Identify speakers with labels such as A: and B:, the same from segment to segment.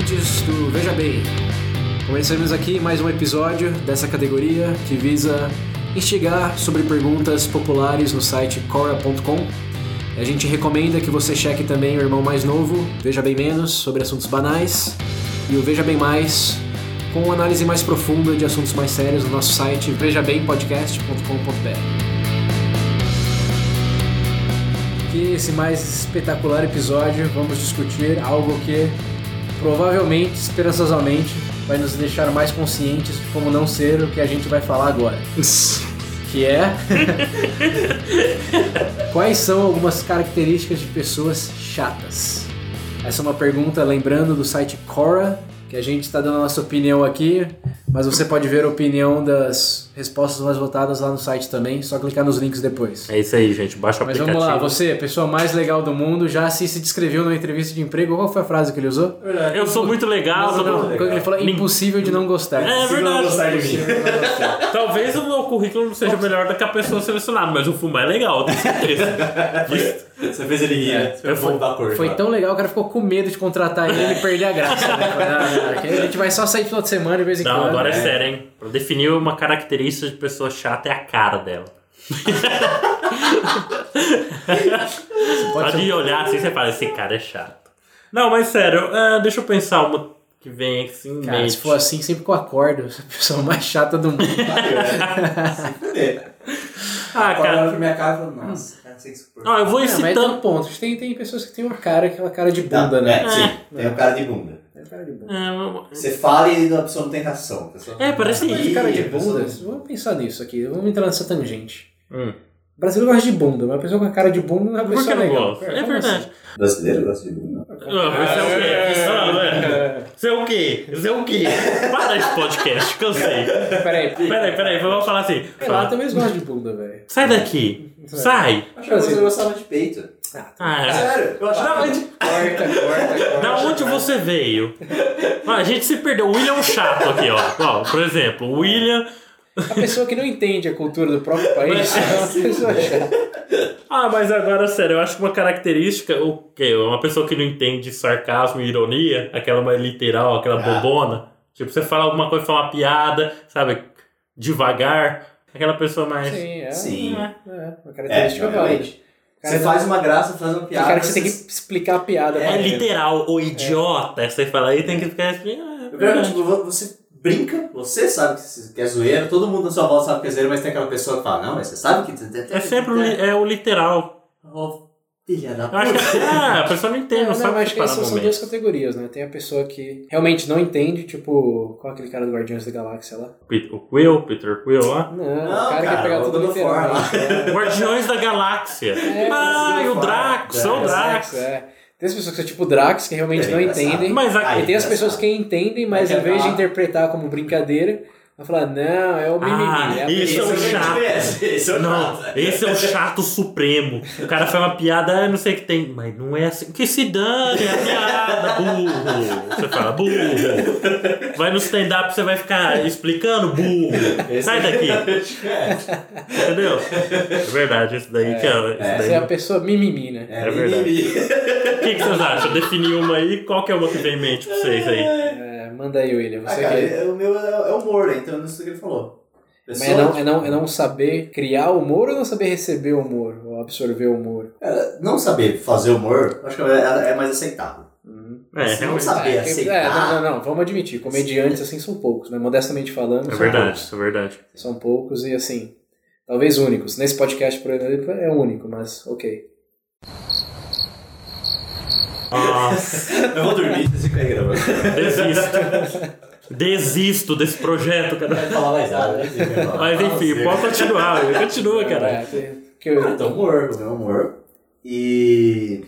A: do Veja Bem. Começamos aqui mais um episódio dessa categoria que visa instigar sobre perguntas populares no site cora.com. A gente recomenda que você cheque também o irmão mais novo, Veja Bem Menos, sobre assuntos banais, e o Veja Bem Mais, com uma análise mais profunda de assuntos mais sérios no nosso site vejabempodcast.com.br. E esse mais espetacular episódio vamos discutir algo que provavelmente, esperançosamente, vai nos deixar mais conscientes de como não ser o que a gente vai falar agora. Que é quais são algumas características de pessoas chatas? Essa é uma pergunta, lembrando, do site Cora, que a gente está dando a nossa opinião aqui, mas você pode ver a opinião das respostas mais votadas lá no site também, só clicar nos links depois.
B: É isso aí, gente. Baixa o
A: Mas
B: aplicativo.
A: vamos lá, você, a pessoa mais legal do mundo, já se, se descreveu numa entrevista de emprego. Qual foi a frase que ele usou?
B: Eu sou muito legal.
A: Não,
B: sou
A: não,
B: muito
A: quando ele
B: legal.
A: falou, é impossível de não gostar.
B: É
C: Se não
B: verdade.
C: gostar de mim.
B: Talvez o meu currículo não seja melhor do que a pessoa selecionada, mas o fumo é legal, eu tenho certeza.
C: Você fez ele rir, né? Você foi
B: É. Eu fui-
D: um
C: bom da cor.
A: Foi
C: cara.
A: tão legal, o cara ficou com medo de contratar ele e perder a graça. Né? Falei, "Ah, não, aqui a gente vai só sair final de semana de vez em
B: Não,
A: quando.
B: agora é
A: né?
B: sério, hein? Pra definir uma característica de pessoa chata é a cara dela. Só
A: Pode ser um-
B: de olhar assim você fala, esse cara é chato. Não, mas sério, é, deixa eu pensar uma que vem assim,
A: Cara,
B: mente.
A: se for assim, sempre que eu acordo, eu sou a pessoa mais chata do mundo.
D: É. Fuder.
B: Ah,
D: Agora
A: é
D: olha
B: cara.
D: pra minha cara e falo,
B: Hum.
D: nossa, cara, não sei se
B: Não, eu vou
A: Ah, mas tem
B: incitando.
A: um ponto. Tem, tem pessoas que têm uma cara que é uma cara de bunda, né?
D: É, sim, tem o cara de bunda.
A: É cara de bunda.
B: É,
D: Você fala e a pessoa não tem reação. a pessoa-
B: É, parece-
A: Mas de cara de
D: Ih, a pessoa
A: bunda,
D: não-
A: vamos pensar nisso aqui. Vamos entrar nessa tangente.
B: Hum.
A: O brasileiro gosta de bunda, mas a pessoa com a cara de bunda não é uma
B: Por
A: pessoa
B: que não
A: legal.
B: gosta? É
A: Como
B: verdade.
D: Brasileiro gosta de bunda.
B: Não, mas é o quê? Isso não, é. Isso é o quê? Isso é o quê? Para esse podcast, cansei.
A: assim? Peraí,
B: Peraí, peraí, vamos falar assim.
A: Ela também gosta de bunda, velho.
B: Sai daqui. Sai.
D: Acho que você gostava de peito.
B: Ah,
D: Sério? É. Eu
B: da
D: achava
B: onde,
A: Corta, corta, corta.
B: da onde você veio? Ah, a gente se perdeu. O William é um chato aqui, ó. ó por exemplo, o William.
A: A pessoa que não entende a cultura do próprio país é uma pessoa chata.
B: Ah, mas agora, sério, eu acho uma característica, o quê? Uma pessoa que não entende sarcasmo e ironia, aquela mais literal, aquela
D: Ah.
B: bobona. Tipo, você fala alguma coisa, fala uma piada, sabe? Devagar. Aquela pessoa mais.
A: Sim, é.
D: Sim.
B: É.
A: É, uma
D: É,
A: característica válida.
D: realmente. Você faz uma graça, faz uma
A: Tem
D: piada.
A: cara que você tem que
D: você-
A: explicar a piada. pra
B: É
A: ele.
B: literal, ou idiota. Aí Você fala aí, tem que ficar assim. ah,
D: Eu quero, tipo, vo- você brinca, você sabe que você- que é zoeira, todo mundo na sua volta sabe que é zoeira, mas tem aquela pessoa que fala, não, mas você sabe que...
B: É sempre o li- é o literal.
D: Ô, filha da
B: Eu acho
D: puta.
B: que ah, a pessoa não entende,
A: É, Não,
B: não,
A: não,
B: sabe
A: mas acho que
B: separar
A: essas
B: o
A: são
B: momento.
A: duas categorias, né? Tem a pessoa que realmente não entende, tipo, qual é aquele cara do Guardiões da Galáxia lá?
B: Pe- O Quill, Peter Quill lá.
A: Não,
D: Não,
A: o cara, quer
D: cara,
A: pegar
D: o
A: tudo
D: God of War
A: literalmente. né?
B: Guardiões da Galáxia.
A: É,
B: ah, e o
D: Brasil,
B: Drax,
D: Drax,
B: são o
A: É,
B: Drax.
A: é. Tem as pessoas que são tipo Drax, que realmente
D: É
A: não
D: engraçado.
A: entendem.
B: Mas a-
D: Aí,
A: Ah, e tem as
D: engraçado.
A: pessoas que entendem, mas
D: Aí
A: em vez de
B: Ah.
D: fala-
A: interpretar como brincadeira, vai falar, não, é o mimimi.
B: Ah,
A: é a
B: isso é um
A: piada."
D: Esse eu
B: chato.
D: conheço, Esse eu
B: Não,
D: não.
B: esse é o chato supremo. O cara faz uma piada, ah, não sei o que tem. Mas não é assim. Que se dane, é piada, burro. Você fala, burro. Vai no stand-up, você vai ficar explicando, burro.
D: é um
B: Sai daqui. Entendeu? É verdade, isso daí que é. Isso daí
A: Essa é a pessoa mimimi, né?
D: É,
B: É verdade.
D: mimimi.
B: O que, que vocês acham? Definir uma aí, qual que é uma que vem em mente pra vocês aí?
A: É, manda aí, William.
D: Ah,
A: Você
D: cara,
A: que...
D: é- o meu é é humor, né? então eu não sei o que ele falou.
A: Mas
D: Pessoa-
A: é não, é, não, é não saber criar humor ou não saber receber humor? Ou absorver humor?
D: Cara, não saber fazer humor, acho que é, é mais aceitável.
B: É,
D: Assim, não
B: realmente.
D: saber
A: é, que- é,
D: aceitar.
A: não, não, não, vamos admitir. Comediantes, assim, são poucos, né? Modestamente falando,
B: É
A: são
B: verdade, isso é verdade.
A: poucos. São poucos e, assim, talvez únicos. Nesse podcast, por exemplo, é único, mas ok.
B: Nossa,
D: Eu vou dormir, você fica aí gravando.
B: desisto. Desisto desse projeto, cara.
D: Vai falar mais nada, né?
B: Mas enfim, pode continuar, Will. continua, cara.
A: Ah,
B: Ah,
A: É, que eu-
D: Então, humor, o meu humor. E.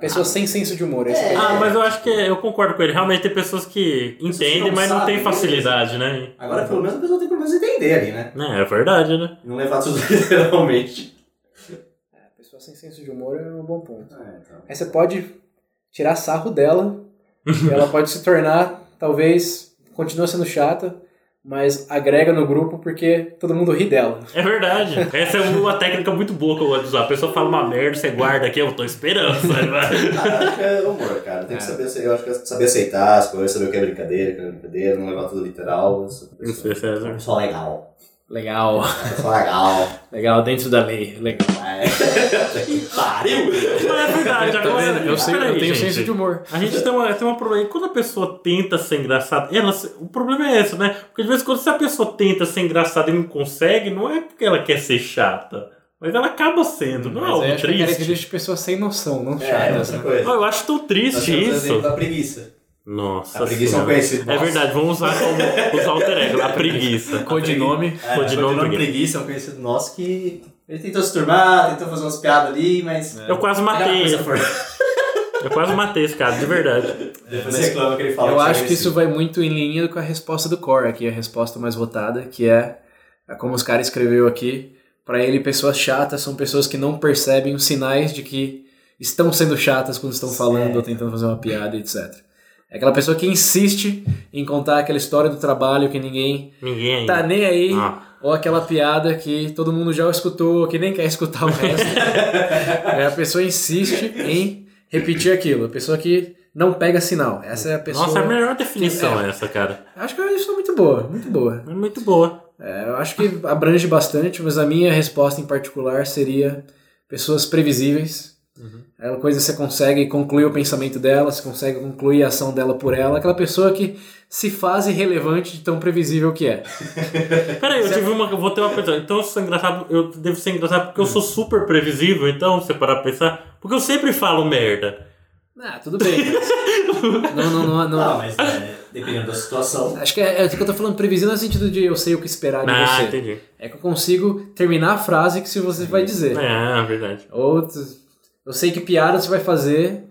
A: Pessoas sem senso de humor. esse
D: É.
A: que eu-
B: Ah, mas eu acho que eu concordo com ele. Realmente tem pessoas que entendem, mas não tem facilidade, né?
D: Agora, pelo menos, a pessoa tem pelo menos entender ali, né?
B: É, é verdade, né?
D: Não levar tudo literalmente.
A: Pessoa sem senso de humor é um bom ponto.
D: É, então.
A: Aí você pode tirar sarro dela, e ela pode se tornar, talvez, continua sendo chata, mas agrega no grupo porque todo mundo ri dela.
B: É verdade. Essa é uma técnica muito boa que eu gosto de usar. A pessoa fala uma merda, você guarda aqui, eu tô esperando. sabe?
D: Ah, acho que é humor, cara. Tem que saber, ace- eu acho que é saber aceitar as coisas, saber o que é brincadeira, o que não é brincadeira, não levar tudo literal. Isso é
B: Isso,
D: pessoa-
B: César.
D: pessoa legal.
A: Legal,
D: Pessoa legal.
A: legal, dentro da lei, legal.
D: É. Que Pariu!
B: Mas é verdade,
A: Tá
B: agora.
A: vendo? Eu, sei- eu
B: Peraí,
A: tenho
B: gente.
A: senso de humor.
B: A gente tem, uma, tem uma problema. E quando a pessoa tenta ser engraçada, ela, se- o problema é esse, né? Porque de vez em quando, se a pessoa tenta ser engraçada e não consegue, não é porque ela quer ser chata, mas ela acaba sendo. Não
A: Mas aí
B: é
A: acho
B: algo
A: que é
B: triste.
A: característica de pessoas sem noção, não
D: É,
A: chatas.
D: outra
A: né?
D: coisa.
B: Oh, eu acho tão
D: Nós
B: triste
D: temos o exemplo
B: isso.
D: da preguiça.
B: Nossa.
D: A preguiça é um
B: senhora.
D: conhecido.
B: É
D: nosso.
B: verdade, vamos usar como os alter ego, a preguiça.
A: Codinome.
D: É,
B: Codinome preguiça.
D: codinome preguiça é um conhecido nosso que. Ele tentou se turmar, tentou fazer umas piadas ali, mas.
B: Eu quase matei
D: Ele é
B: ele.
D: uma coisa fora.
B: Eu quase matei esse cara, de verdade.
D: Depois você reclama que ele fala
A: Eu
D: é
A: acho que isso
D: agressivo.
A: vai muito em linha com a resposta do Core aqui, a resposta mais votada, que é, é como os caras escreveu aqui, pra ele pessoas chatas são pessoas que não percebem os sinais de que estão sendo chatas quando estão falando ou tentando fazer uma piada, etc. É aquela pessoa que insiste em contar aquela história do trabalho que ninguém
B: Ninguém
A: tá
B: ainda.
A: nem aí,
B: Ah,
A: ou aquela piada que todo mundo já escutou, que nem quer escutar o resto. É, a pessoa insiste em repetir aquilo, a pessoa que não pega sinal. Essa é a pessoa.
B: Nossa, é a melhor definição essa, cara.
A: Acho que é isso é muito boa, muito boa.
B: É muito boa.
A: É, eu acho que abrange bastante, mas a minha resposta em particular seria pessoas previsíveis.
B: Uhum.
A: É uma coisa que você consegue concluir o pensamento dela, você consegue concluir a ação dela por ela. Aquela pessoa que se faz irrelevante de tão previsível que é.
B: Peraí, eu tive uma. eu Vou ter uma coisa. Então eu sou engraçado. Eu devo ser engraçado porque eu sou super previsível, então, se você parar pra pensar. Porque eu sempre falo merda.
A: Ah, tudo bem. mas- não, não, não. não.
D: Ah, mas é, dependendo da situação.
A: Acho que é, é o que eu tô falando previsível no sentido de eu sei o que esperar de
B: Ah,
A: você.
B: entendi.
A: É que eu consigo terminar a frase que se você vai dizer.
B: Ah, verdade.
A: Ou tu- eu sei que piada você vai fazer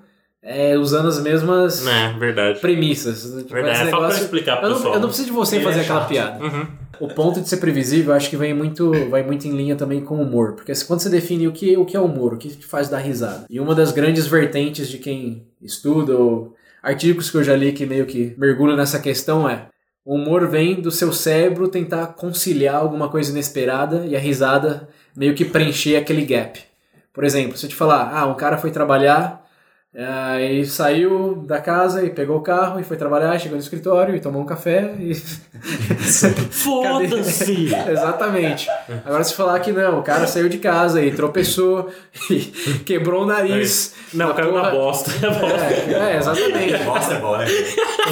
A: é, usando as mesmas
B: É, verdade.
A: premissas. Tipo,
B: Verdade,
A: esse
B: é só pra
A: negócio-
B: explicar pro
A: eu, não,
B: pessoal. né?
A: eu não preciso de você
D: Ele
A: fazer
D: é
A: aquela
D: chato.
A: piada.
B: Uhum.
A: O ponto de ser previsível, eu acho que vem muito, vai muito em linha também com o humor. Porque se- quando você define o que, o que é humor, o que te faz dar risada. E uma das grandes vertentes de quem estuda ou artigos que eu já li que meio que mergulham nessa questão é o humor vem do seu cérebro tentar conciliar alguma coisa inesperada e a risada meio que preencher aquele gap. Por exemplo, se eu te falar, ah, um cara foi trabalhar ah, e saiu da casa e pegou o carro e foi trabalhar, chegou no escritório e tomou um café e
B: Foda-se!
A: Exatamente. Agora se falar que não, o cara saiu de casa e tropeçou e quebrou o nariz.
B: É Não, caiu na
A: É porra-
B: bosta. É bosta.
A: É, é, exatamente.
D: Bosta é bom, né?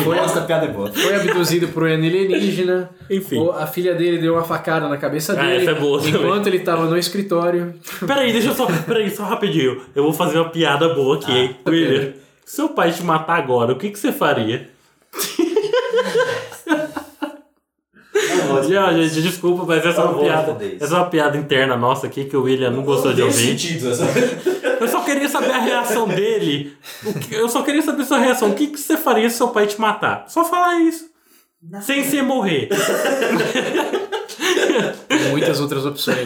A: Foi-
D: Bosta, a piada é boa.
A: Foi abduzido por um alienígena.
B: Enfim.
A: ou A filha dele deu uma facada na cabeça
B: Ah,
A: dele
B: essa é boa também.
A: enquanto ele tava no escritório.
B: Peraí, deixa eu só. Peraí, só rapidinho. Eu vou fazer uma piada boa
A: Ah,
B: aqui, hein? William, seu pai te matar agora, o que, que você faria?
D: Não gosto.
B: Já, gente, desculpa, mas essa é
D: Eu
B: uma
D: vou
B: piada.
D: responder isso.
B: Essa é uma piada interna nossa aqui que o William não gostou de
D: tem
B: ouvir.
D: sentido né? essa.
B: Eu só queria saber a reação dele. O que- eu só queria saber sua reação. O que, que você faria se seu pai te matar? Só falar isso. Sem você morrer.
A: E muitas outras opções. Né?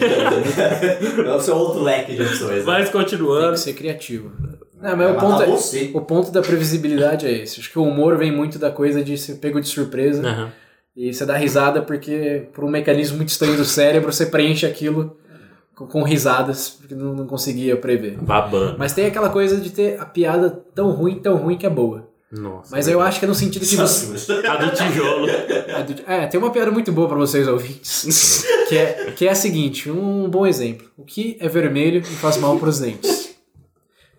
D: É o seu outro leque de opções. né?
B: Mas
A: Tem que
B: continuando.
A: ser criativo. Não, mas o
D: Vai
A: ponto,
D: matar
A: é-
D: você.
A: o ponto da previsibilidade é esse. Acho que o humor vem muito da coisa de ser pego de surpresa.
B: Aham.
A: E você dá risada porque, por um mecanismo muito estranho do cérebro, você preenche aquilo com, com risadas, porque não, não conseguia prever.
B: Babando.
A: Mas tem aquela coisa de ter a piada tão ruim, tão ruim que é boa.
B: Nossa.
A: Mas eu acho que é no sentido que você.
D: tá
B: A do tijolo.
A: É, do- é, tem uma piada muito boa pra vocês ouvintes. Que é, que é a seguinte: um bom exemplo. O que é vermelho e faz mal pros dentes?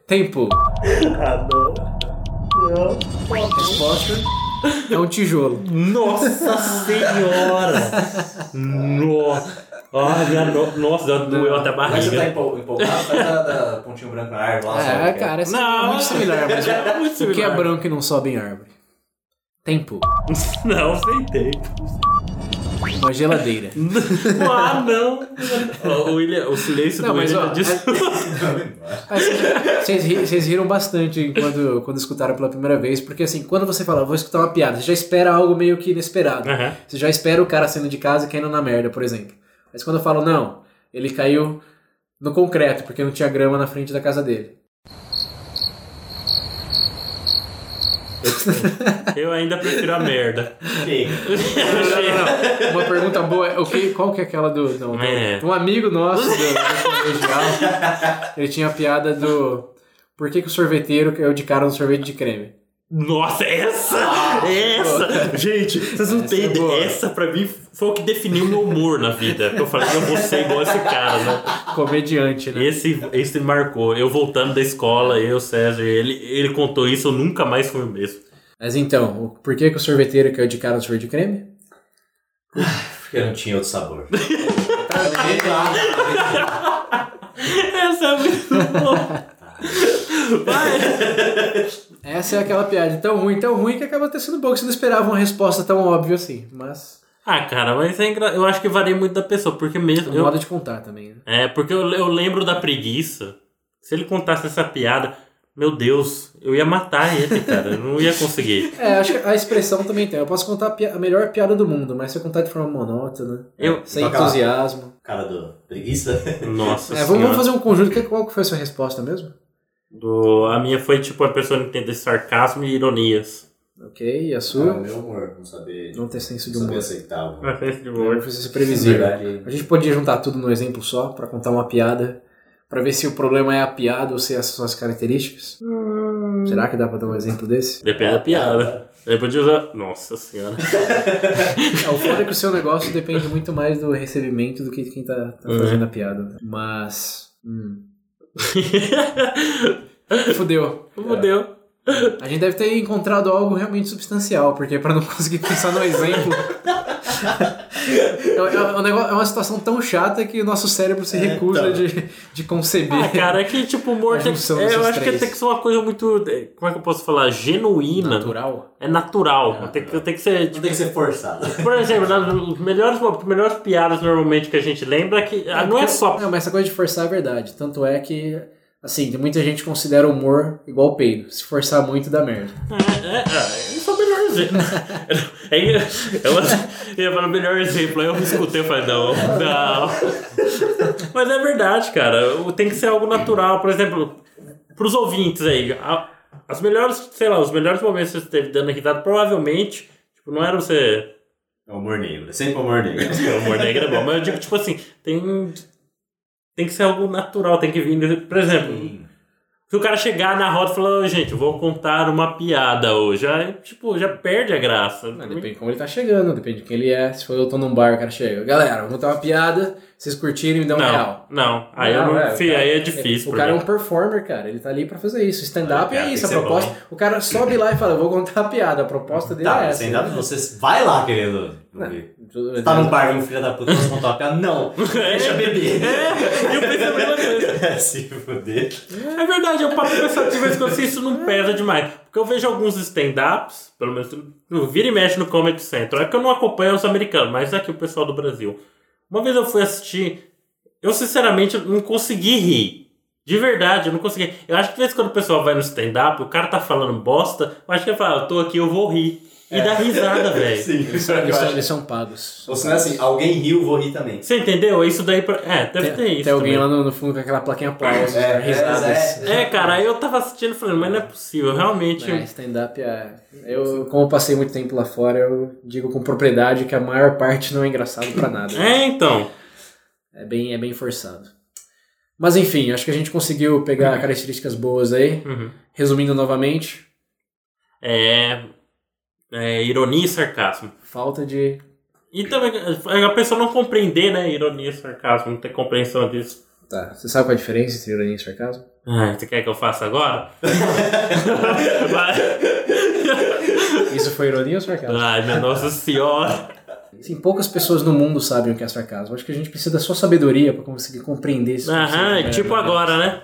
A: Tempo. Resposta é um tijolo.
B: Nossa senhora! Nossa! Olha, no- nossa, deu- doeu até a
D: Mas você tá
B: barriga.
D: empol- empolgado, faz a da pontinho branco na árvore lá.
A: É, cara, essa é muito similar, mas
B: é muito
A: O que é
B: similar.
A: branco e não sobe em árvore? Tempo.
B: Não, sem tempo.
A: Uma geladeira.
B: Ah, não! Ó, o, William- o silêncio
A: Não,
B: do
A: mas,
B: William
A: ó, é-
B: disse...
A: Mas vocês- Vocês ri- vocês riram bastante quando, quando escutaram pela primeira vez, porque assim, quando você fala, vou escutar uma piada, você já espera algo meio que inesperado.
B: Aham.
A: Você já espera o cara saindo de casa e caindo na merda, por exemplo. Mas quando eu falo, não, ele caiu no concreto, porque não tinha grama na frente da casa dele.
B: Eu ainda prefiro a merda.
D: Sim.
A: não, não. Uma pergunta boa é, o que- qual que é aquela do... Não, do-
B: É.
A: Um amigo nosso do, do colegial, ele tinha a piada do... Por que, que o sorveteiro caiu de cara no sorvete de creme?
B: Nossa, essa! Essa! Gente, vocês não
A: Essa
B: têm
A: é boa.
B: ideia. Essa pra mim foi o que definiu meu humor na vida. Eu falei, eu vou ser igual esse cara, né?
A: Comediante, né?
B: Esse, esse marcou. Eu voltando da escola, eu, César, ele, ele contou isso, eu nunca mais fui o mesmo.
A: Mas então, o- por que, que o sorveteiro caiu de cara no sorvete de creme?
D: Porque não tinha outro sabor. Tá
B: Essa é muito boa. Vai!
A: Essa é aquela piada tão ruim, tão ruim que acaba até sendo boa, que você não esperava uma resposta tão óbvia assim. Mas
B: Ah, cara, mas é engra... eu acho que varia muito da pessoa, porque
A: é
B: mesmo.
A: um
B: eu-
A: modo de contar também, né?
B: É, porque eu, eu lembro da preguiça. Se ele contasse essa piada, meu Deus, eu ia matar ele, cara. Eu não ia conseguir.
A: É, acho que a expressão também tem. Eu posso contar a, pi- a melhor piada do mundo, mas se eu contar de forma monótona,
B: Eu.
A: sem
D: Vai acabar.
A: entusiasmo.
D: Cara do preguiça.
B: Nossa
A: É, vamos,
B: senhora.
A: vamos fazer um conjunto. Que- Qual que foi a sua resposta mesmo?
B: Do- a minha foi tipo a pessoa entender sarcasmo e ironias.
A: Ok, e a
D: Ah,
A: sua?
D: meu humor, não saber.
A: Não ter senso de
D: Não saber
A: humor.
D: aceitar o humor.
B: Processo de
A: Eu
B: humor.
A: preciso ser previsível.
D: Na é verdade,
A: A gente podia juntar tudo num exemplo só pra contar uma piada, pra ver se o problema é a piada ou se essas são as características. Será que dá pra dar um exemplo desse?
B: Depende da piada. Depois de usar. Nossa senhora.
A: É, o foda é que o seu negócio depende muito mais do recebimento do que de quem tá, tá
B: Uhum.
A: fazendo a piada. né? Mas. Hum. Fudeu.
B: Fudeu.
A: A gente deve ter encontrado algo realmente substancial, porque pra não conseguir pensar no exemplo. É, é- é um negócio- é uma situação tão chata que o nosso cérebro se recusa
D: então.
A: de, de conceber.
B: Ah, cara, é que tipo, o humor
A: A
B: tem que.
A: junção
B: É, eu
A: desses
B: acho que
A: três.
B: tem que ser uma coisa muito. é, Como é que eu posso falar? Genuína.
A: Natural.
B: É natural.
A: É
B: Tem, que, tem que ser. tipo,
D: Não tem que ser forçado.
B: Por exemplo, nas melhores, melhores piadas normalmente que a gente lembra é que ah, não é só.
A: Não, mas essa coisa de forçar é verdade. Tanto é que, assim, tem muita gente que considera o humor igual peido. Se forçar muito, dá merda.
B: É, é, é, isso é o melhor exemplo. É, engra- eu, eu falo o melhor exemplo, aí eu me escutei e falei, não, não. Mas é verdade, cara. o- Tem que ser algo natural. Por exemplo, pros ouvintes aí, a- as melhores, sei lá, os melhores momentos que você esteve dando risada, provavelmente, tipo, não era você.
D: É o humor negro. É sempre o humor negro.
B: O humor negro é bom, mas eu digo, tipo assim, tem. Tem que ser algo natural, tem que vir. Por exemplo, Se o cara chegar na roda e falar, "Ô, gente, eu vou contar uma piada hoje, aí, tipo, já perde a graça.
A: Não, depende de como ele tá chegando, depende de quem ele é. Se for eu tô num bar, o cara chega. Galera, vou contar uma piada, vocês curtirem, me dão um real.
B: não, não, aí eu
A: Não,
B: não,
A: é, o
B: fi,
A: cara-
B: aí é difícil.
A: O cara é um
B: porque-
A: performer, cara. Ele tá ali pra fazer isso. Stand-up
D: É, cara,
A: é
D: tem
A: isso, a
D: que ser
A: proposta. O cara sobe lá e fala, eu vou contar a piada. A proposta dele
D: Tá,
A: é
D: mas
A: essa.
D: ainda você vai lá querendo. ouvir.
A: Tudo-
D: Tá num bar, um filho da puta, você contou uma piada? Não, deixa beber.
B: É, eu pensei a mesma coisa.
D: Se fuder.
B: É verdade, eu paro pensar de vez em quando se isso não pesa demais. Porque eu vejo alguns stand-ups, pelo menos no vira e mexe no Comedy Central. É que eu não acompanho os americanos, mas aqui o pessoal do Brasil. Uma vez eu fui assistir, eu sinceramente não consegui rir. De verdade, eu não consegui. Eu acho que de vez em quando o pessoal vai no stand-up, o cara tá falando bosta, eu acho que ele fala, eu tô aqui, eu vou rir. E
A: É.
B: dá risada, velho.
D: Sim,
A: Eles são, eles
D: eu
A: são-
D: acho.
A: eles são pagos.
D: Ou se não é assim, alguém riu, vou rir também.
B: Você entendeu? Isso daí. Pra... É, deve
A: Tem,
B: ter isso.
A: tem alguém lá
B: também.
A: no, no fundo com aquela plaquinha né, aplausos,
D: É, é,
A: risadas.
D: é.
B: É, cara, aí eu tava assistindo e falando, mas não é possível, realmente.
A: É, stand-up é. Eu, como eu passei muito tempo lá fora, eu digo com propriedade que a maior parte não é engraçado pra nada.
B: É, então.
A: É bem, é bem forçado. Mas enfim, acho que a gente conseguiu pegar características boas aí.
B: Uhum.
A: Resumindo novamente,
B: É, é ironia e sarcasmo.
A: falta de.
B: E também é, a pessoa não compreender, né? Ironia e sarcasmo, não ter compreensão disso.
A: Tá. Você sabe qual é a diferença entre ironia e sarcasmo?
B: Ai, você quer que eu faça agora? Vai.
A: Isso foi ironia ou sarcasmo?
B: Ai, minha nossa senhora.
A: Sim, poucas pessoas no mundo sabem o que é sarcasmo. Acho que a gente precisa da sua sabedoria pra conseguir compreender esse
B: Aham,
A: conceito.
B: tipo agora, né?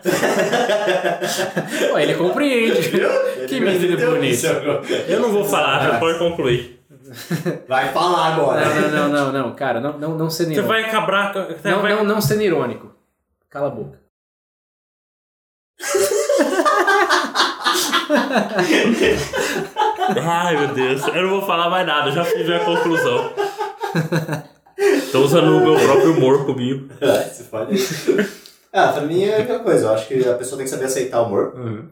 A: Ué, ele compreende. que menino
D: Entendeu isso
A: bonito.
D: agora?
B: é Eu não vou falar, já pode concluir.
D: Vai falar agora.
A: Não, não, não, não, cara, não, não, não ser
B: Você
A: irônico.
B: vai acabar. com- Você
A: Não,
B: vai...
A: não, não sendo irônico. Cala a boca.
B: Ai, meu Deus. Eu não vou falar mais nada, já fiz a conclusão. Tô usando o meu próprio humor comigo.
D: é Você pode. Ah, pra mim é aquela coisa. Eu acho que a pessoa tem que saber aceitar o humor.
B: Uhum.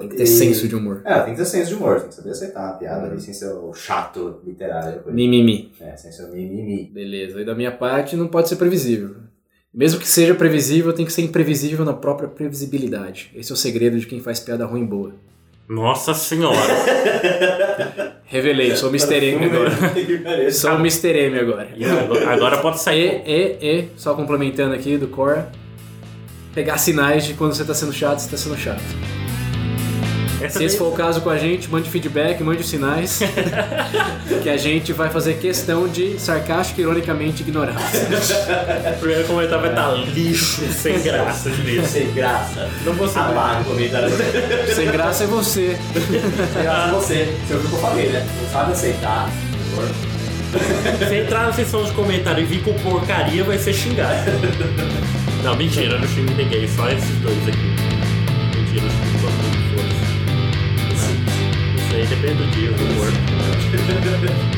A: Tem que ter senso de humor.
D: É, tem que ter senso de humor, tem que saber aceitar uma piada ali sem ser o chato literário. coisa.
A: Mimimi.
D: É, sem ser o mimimi.
A: Beleza, e da minha parte não pode ser previsível. Mesmo que seja previsível, tem que ser imprevisível na própria previsibilidade. Esse é o segredo de quem faz piada ruim boa.
B: Nossa senhora.
A: Revelei, sou o Mr. M agora.
D: Que pareça.
A: Sou o Mr. M agora.
B: E agora- Agora pode
A: E,
B: sair.
A: e, e, só complementando aqui do Cora, pegar sinais de quando você tá sendo chato, você tá sendo chato.
B: Essa
A: Se esse
B: daí-
A: for o caso com a gente, mande feedback, mande os sinais, que a gente vai fazer questão de sarcástico e ironicamente ignorar.
B: O primeiro comentário vai estar lixo, sem graça de vez.
D: Sem graça.
B: Não vou saber.
D: Apaga o comentário. Sem
A: Sem graça é você.
D: graça você. Você ouviu o que eu falei, né? Não sabe aceitar. humor.
B: Se entrar na seção de comentário e vir com porcaria, vai ser xingado. Não, mentira, eu não xingo ninguém, só esses dois aqui. Mentira, eu xingo todo mundo, foda-se. Não sei, depende do dia, do humor.